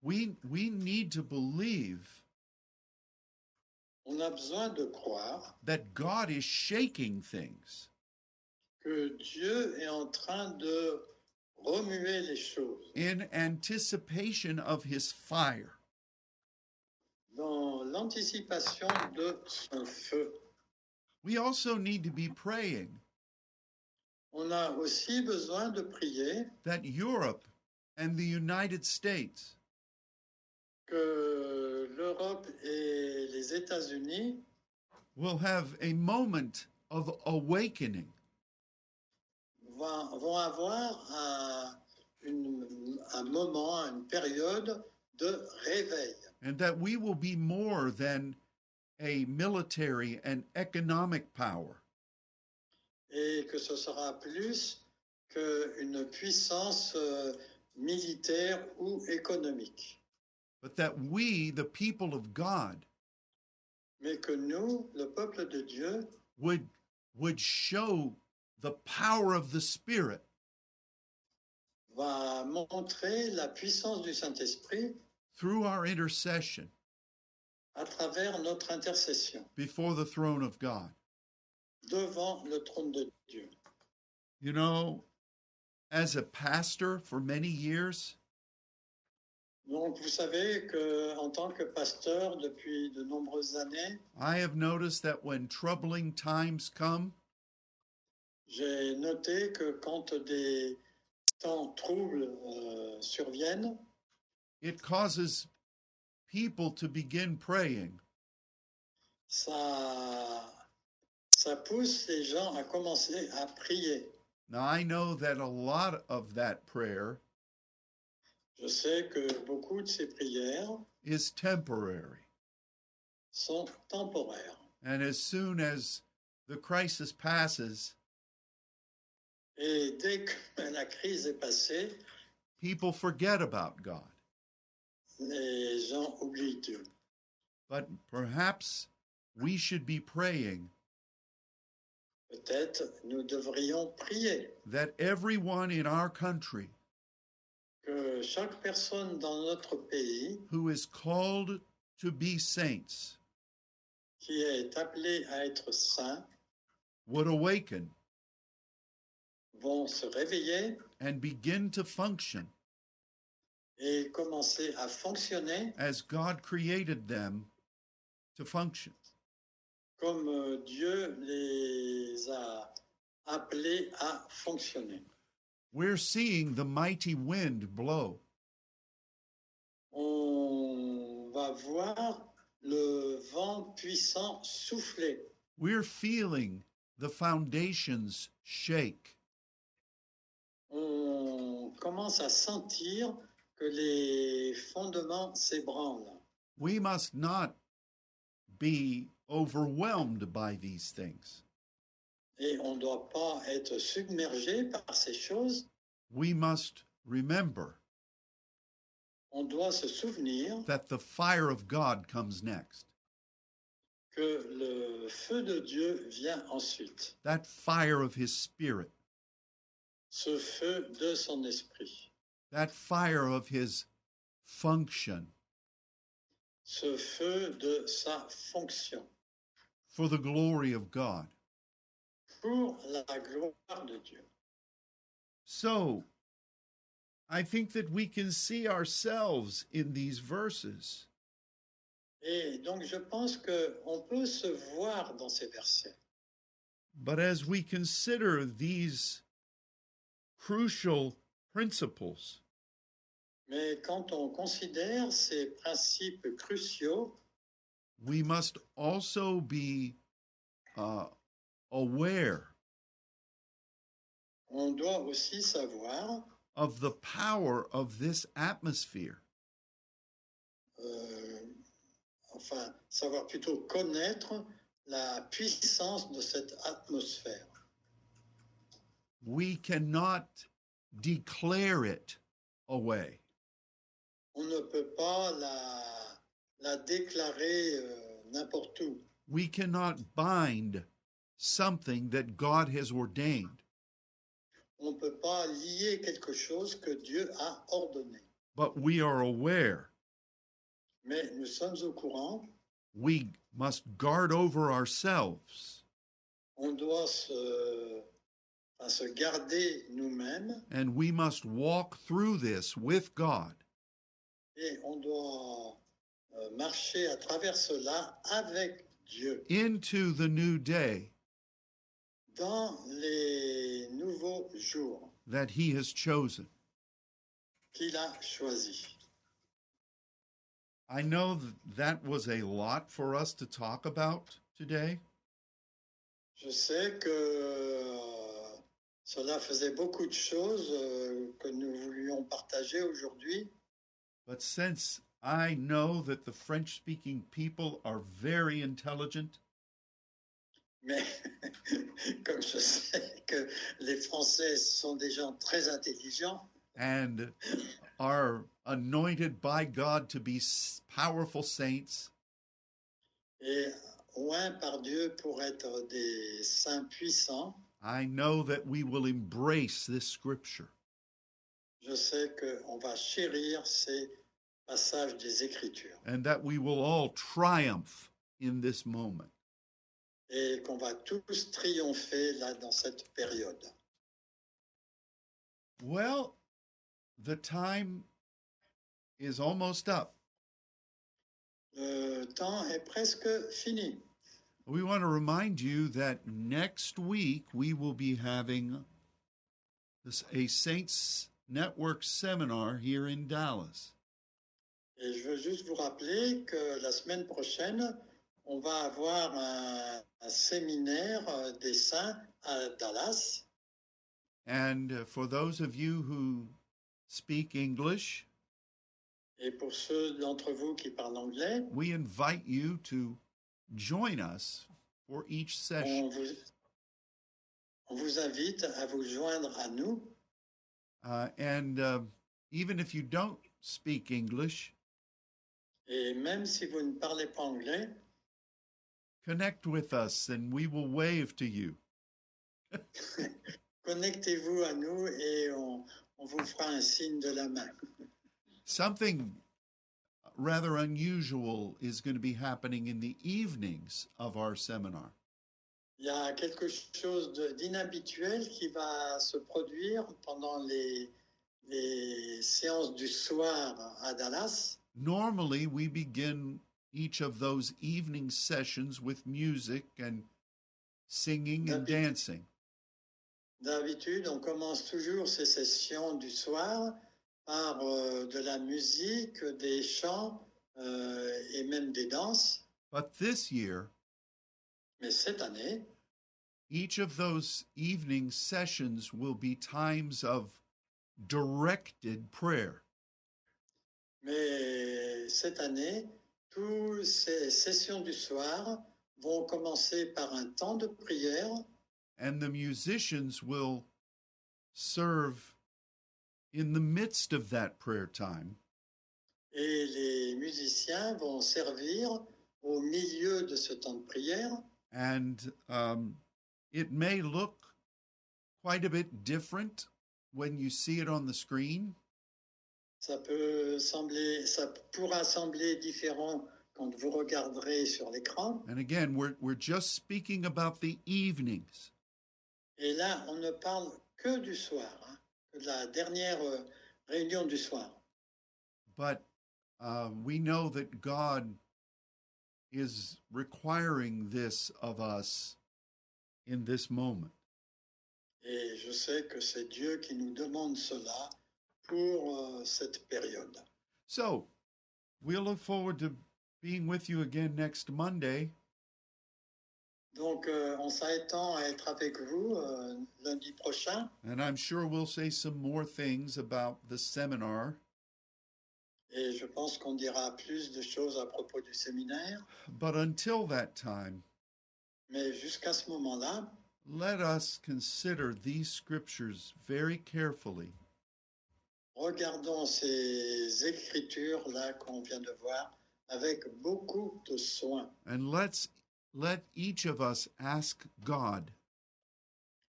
S1: We, we need to believe
S2: On a besoin de croire
S1: that God is shaking things,
S2: que Dieu est en train de remuer les choses
S1: in anticipation of his fire.
S2: dans l'anticipation de son feu.
S1: We also need to be praying
S2: On a aussi besoin de prier
S1: that Europe and the United States
S2: que l'Europe et les États-Unis
S1: will have a moment of awakening
S2: va- vont avoir un, une- un moment, une période de réveil.
S1: and that we will be more than a military and economic power,
S2: et que ce sera plus qu'une puissance euh, militaire ou économique,
S1: but that we, the people of God,
S2: mais que nous, le peuple de Dieu,
S1: would would show the power of the Spirit
S2: va montrer la puissance du Saint-Esprit
S1: through our intercession
S2: à travers notre intercession
S1: before the throne of God.
S2: devant le trône de Dieu.
S1: You know, as a pastor for many years,
S2: Donc vous savez que en tant que pasteur depuis de nombreuses années,
S1: I have noticed that when troubling times come,
S2: j'ai noté que quand des temps troubles euh, surviennent,
S1: it causes people to begin praying.
S2: ça, ça pousse les gens à commencer à prier.
S1: Now, I know that a lot of that prayer
S2: Je sais que beaucoup de ces prières
S1: is temporary.
S2: sont temporaires.
S1: And as soon as the crisis passes,
S2: Et dès que la crise est passée,
S1: people forget about God.
S2: les gens oublient Dieu.
S1: But perhaps we should be praying
S2: Peut-être nous devrions prier
S1: that everyone in our country
S2: que chaque personne dans notre pays
S1: who is called to be saints
S2: qui est appelée à être saint
S1: would awaken
S2: vont se réveiller
S1: and begin to function
S2: et commencer à fonctionner
S1: as God created them to function.
S2: comme euh, Dieu les a appelés à fonctionner.
S1: We're seeing the mighty wind blow,
S2: on va voir le vent puissant souffler.
S1: we're feeling the foundations shake.
S2: On commence à sentir que les fondements s'ébranlent.
S1: We must not be overwhelmed by these things.
S2: Et on ne doit pas être submergé par ces choses.
S1: We must remember
S2: On doit se souvenir
S1: that the fire of God comes next.
S2: que le feu de Dieu vient ensuite.
S1: That fire of His Spirit,
S2: Ce feu de son esprit.
S1: that fire of His function
S2: Ce feu de sa fonction.
S1: for the glory of God.
S2: Pour la gloire de Dieu.
S1: So, I think that we can see ourselves in these verses.
S2: Et donc je pense que on peut se voir dans ces versets.
S1: But as we consider these crucial principles,
S2: Mais quand on considère ces principes cruciaux,
S1: we must also be uh, aware
S2: on doit aussi savoir
S1: of the power of this atmosphere.
S2: euh, enfin savoir plutôt connaître la puissance de cette atmosphère.
S1: We cannot declare it away.
S2: On ne peut pas la, la déclarer euh, n'importe où.
S1: We cannot bind something that God has ordained,
S2: On ne peut pas lier quelque chose que Dieu a ordonné.
S1: but we are aware.
S2: Mais nous sommes au courant
S1: We must guard over ourselves
S2: on doit se, enfin, se garder nous-mêmes
S1: and we must walk through this with God.
S2: et on doit euh, marcher à travers cela avec Dieu
S1: into the new day
S2: dans les nouveaux jours
S1: that he has chosen.
S2: qu'il a choisis.
S1: I know that, that was a lot for us to talk about today,
S2: Je sais que euh, Cela faisait beaucoup de choses euh, que nous voulions partager aujourd'hui,
S1: But since I know that the French speaking people are very intelligent,
S2: mais comme je sais que les Français sont des gens très intelligents
S1: and are anointed by God to be s- powerful saints,
S2: et oints par Dieu pour être des saints puissants,
S1: I know that we will embrace this scripture.
S2: je sais qu'on va chérir ces passages des Écritures
S1: and that we will all triumph in this moment.
S2: et qu'on va tous triompher là dans cette période.
S1: Well, the time is almost up.
S2: Le temps est presque fini.
S1: We want to remind you that next week we will be having this, a Saints Network seminar here in Dallas.
S2: Et je veux juste vous rappeler que la semaine prochaine, on va avoir un, un séminaire euh, des saints à Dallas.
S1: And uh, for those of you who speak English,
S2: Et pour ceux d'entre vous qui parlent anglais,
S1: we invite you to join us for each session.
S2: on vous, on vous invite à vous joindre à nous.
S1: Uh, and uh, even if you don't speak English,
S2: Et même si vous ne parlez pas anglais,
S1: connect with us and we will wave to you.
S2: connectez-vous à nous et on, on vous fera un signe de la main.
S1: Something rather unusual is going to be happening in the evenings of our seminar.
S2: Il y a quelque chose de- d'inhabituel qui va se produire pendant les, les séances du soir à Dallas.
S1: Normally, we begin each of those evening sessions with music and singing and
S2: That'd be-
S1: dancing.
S2: D'habitude, on commence toujours ces sessions du soir par euh, de la musique, des chants euh, et même des danses.
S1: But this year,
S2: Mais cette année,
S1: each of those evening sessions will be times of directed prayer.
S2: mais cette année, toutes ces sessions du soir vont commencer par un temps de prière
S1: and the musicians will serve in the midst of that prayer time.
S2: Et les musiciens vont servir au milieu de ce temps de prière.
S1: And um, it may look quite a bit different when you see it on the screen,
S2: Ça, peut sembler, ça pourra sembler différent quand vous regarderez sur l'écran.
S1: and again, we're, we're just speaking about the evenings,
S2: Et là, on ne parle que du soir, hein, que de la dernière euh, réunion du soir.
S1: but uh, we know that God is requiring this of us in this moment.
S2: Et je sais que c'est Dieu qui nous demande cela pour euh, cette période.
S1: So we'll look forward to being with you again next Monday.
S2: Donc, euh, on s'attend à être avec vous euh, lundi prochain.
S1: And I'm sure we'll say some more things about the seminar.
S2: Et je pense qu'on dira plus de choses à propos du séminaire.
S1: But until that time,
S2: Mais jusqu'à ce moment-là,
S1: let us consider these scriptures very carefully
S2: regardons ces écritures-là qu'on vient de voir avec beaucoup de soin.
S1: and let's let each of us ask God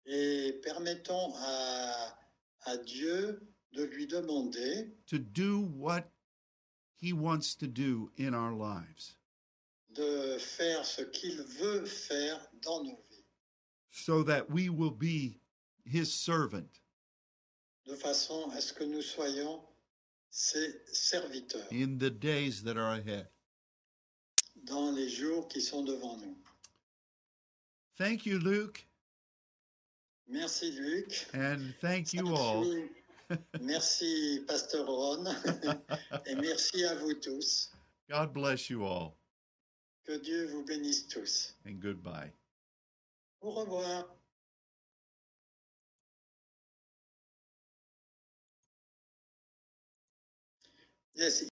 S2: Et permettons à, à Dieu de lui demander
S1: to do what he wants to do in our lives
S2: de faire ce qu'il veut faire dans nos vies,
S1: so that we will be his servant
S2: de façon à ce que nous soyons ses serviteurs
S1: in the days that are ahead.
S2: dans les jours qui sont devant nous.
S1: Thank you, Luke,
S2: Merci Luc.
S1: and thank you all.
S2: Merci, Pasteur Ron, et merci à vous tous.
S1: God bless you all,
S2: Que Dieu vous bénisse tous.
S1: and goodbye.
S2: Au revoir. Yes,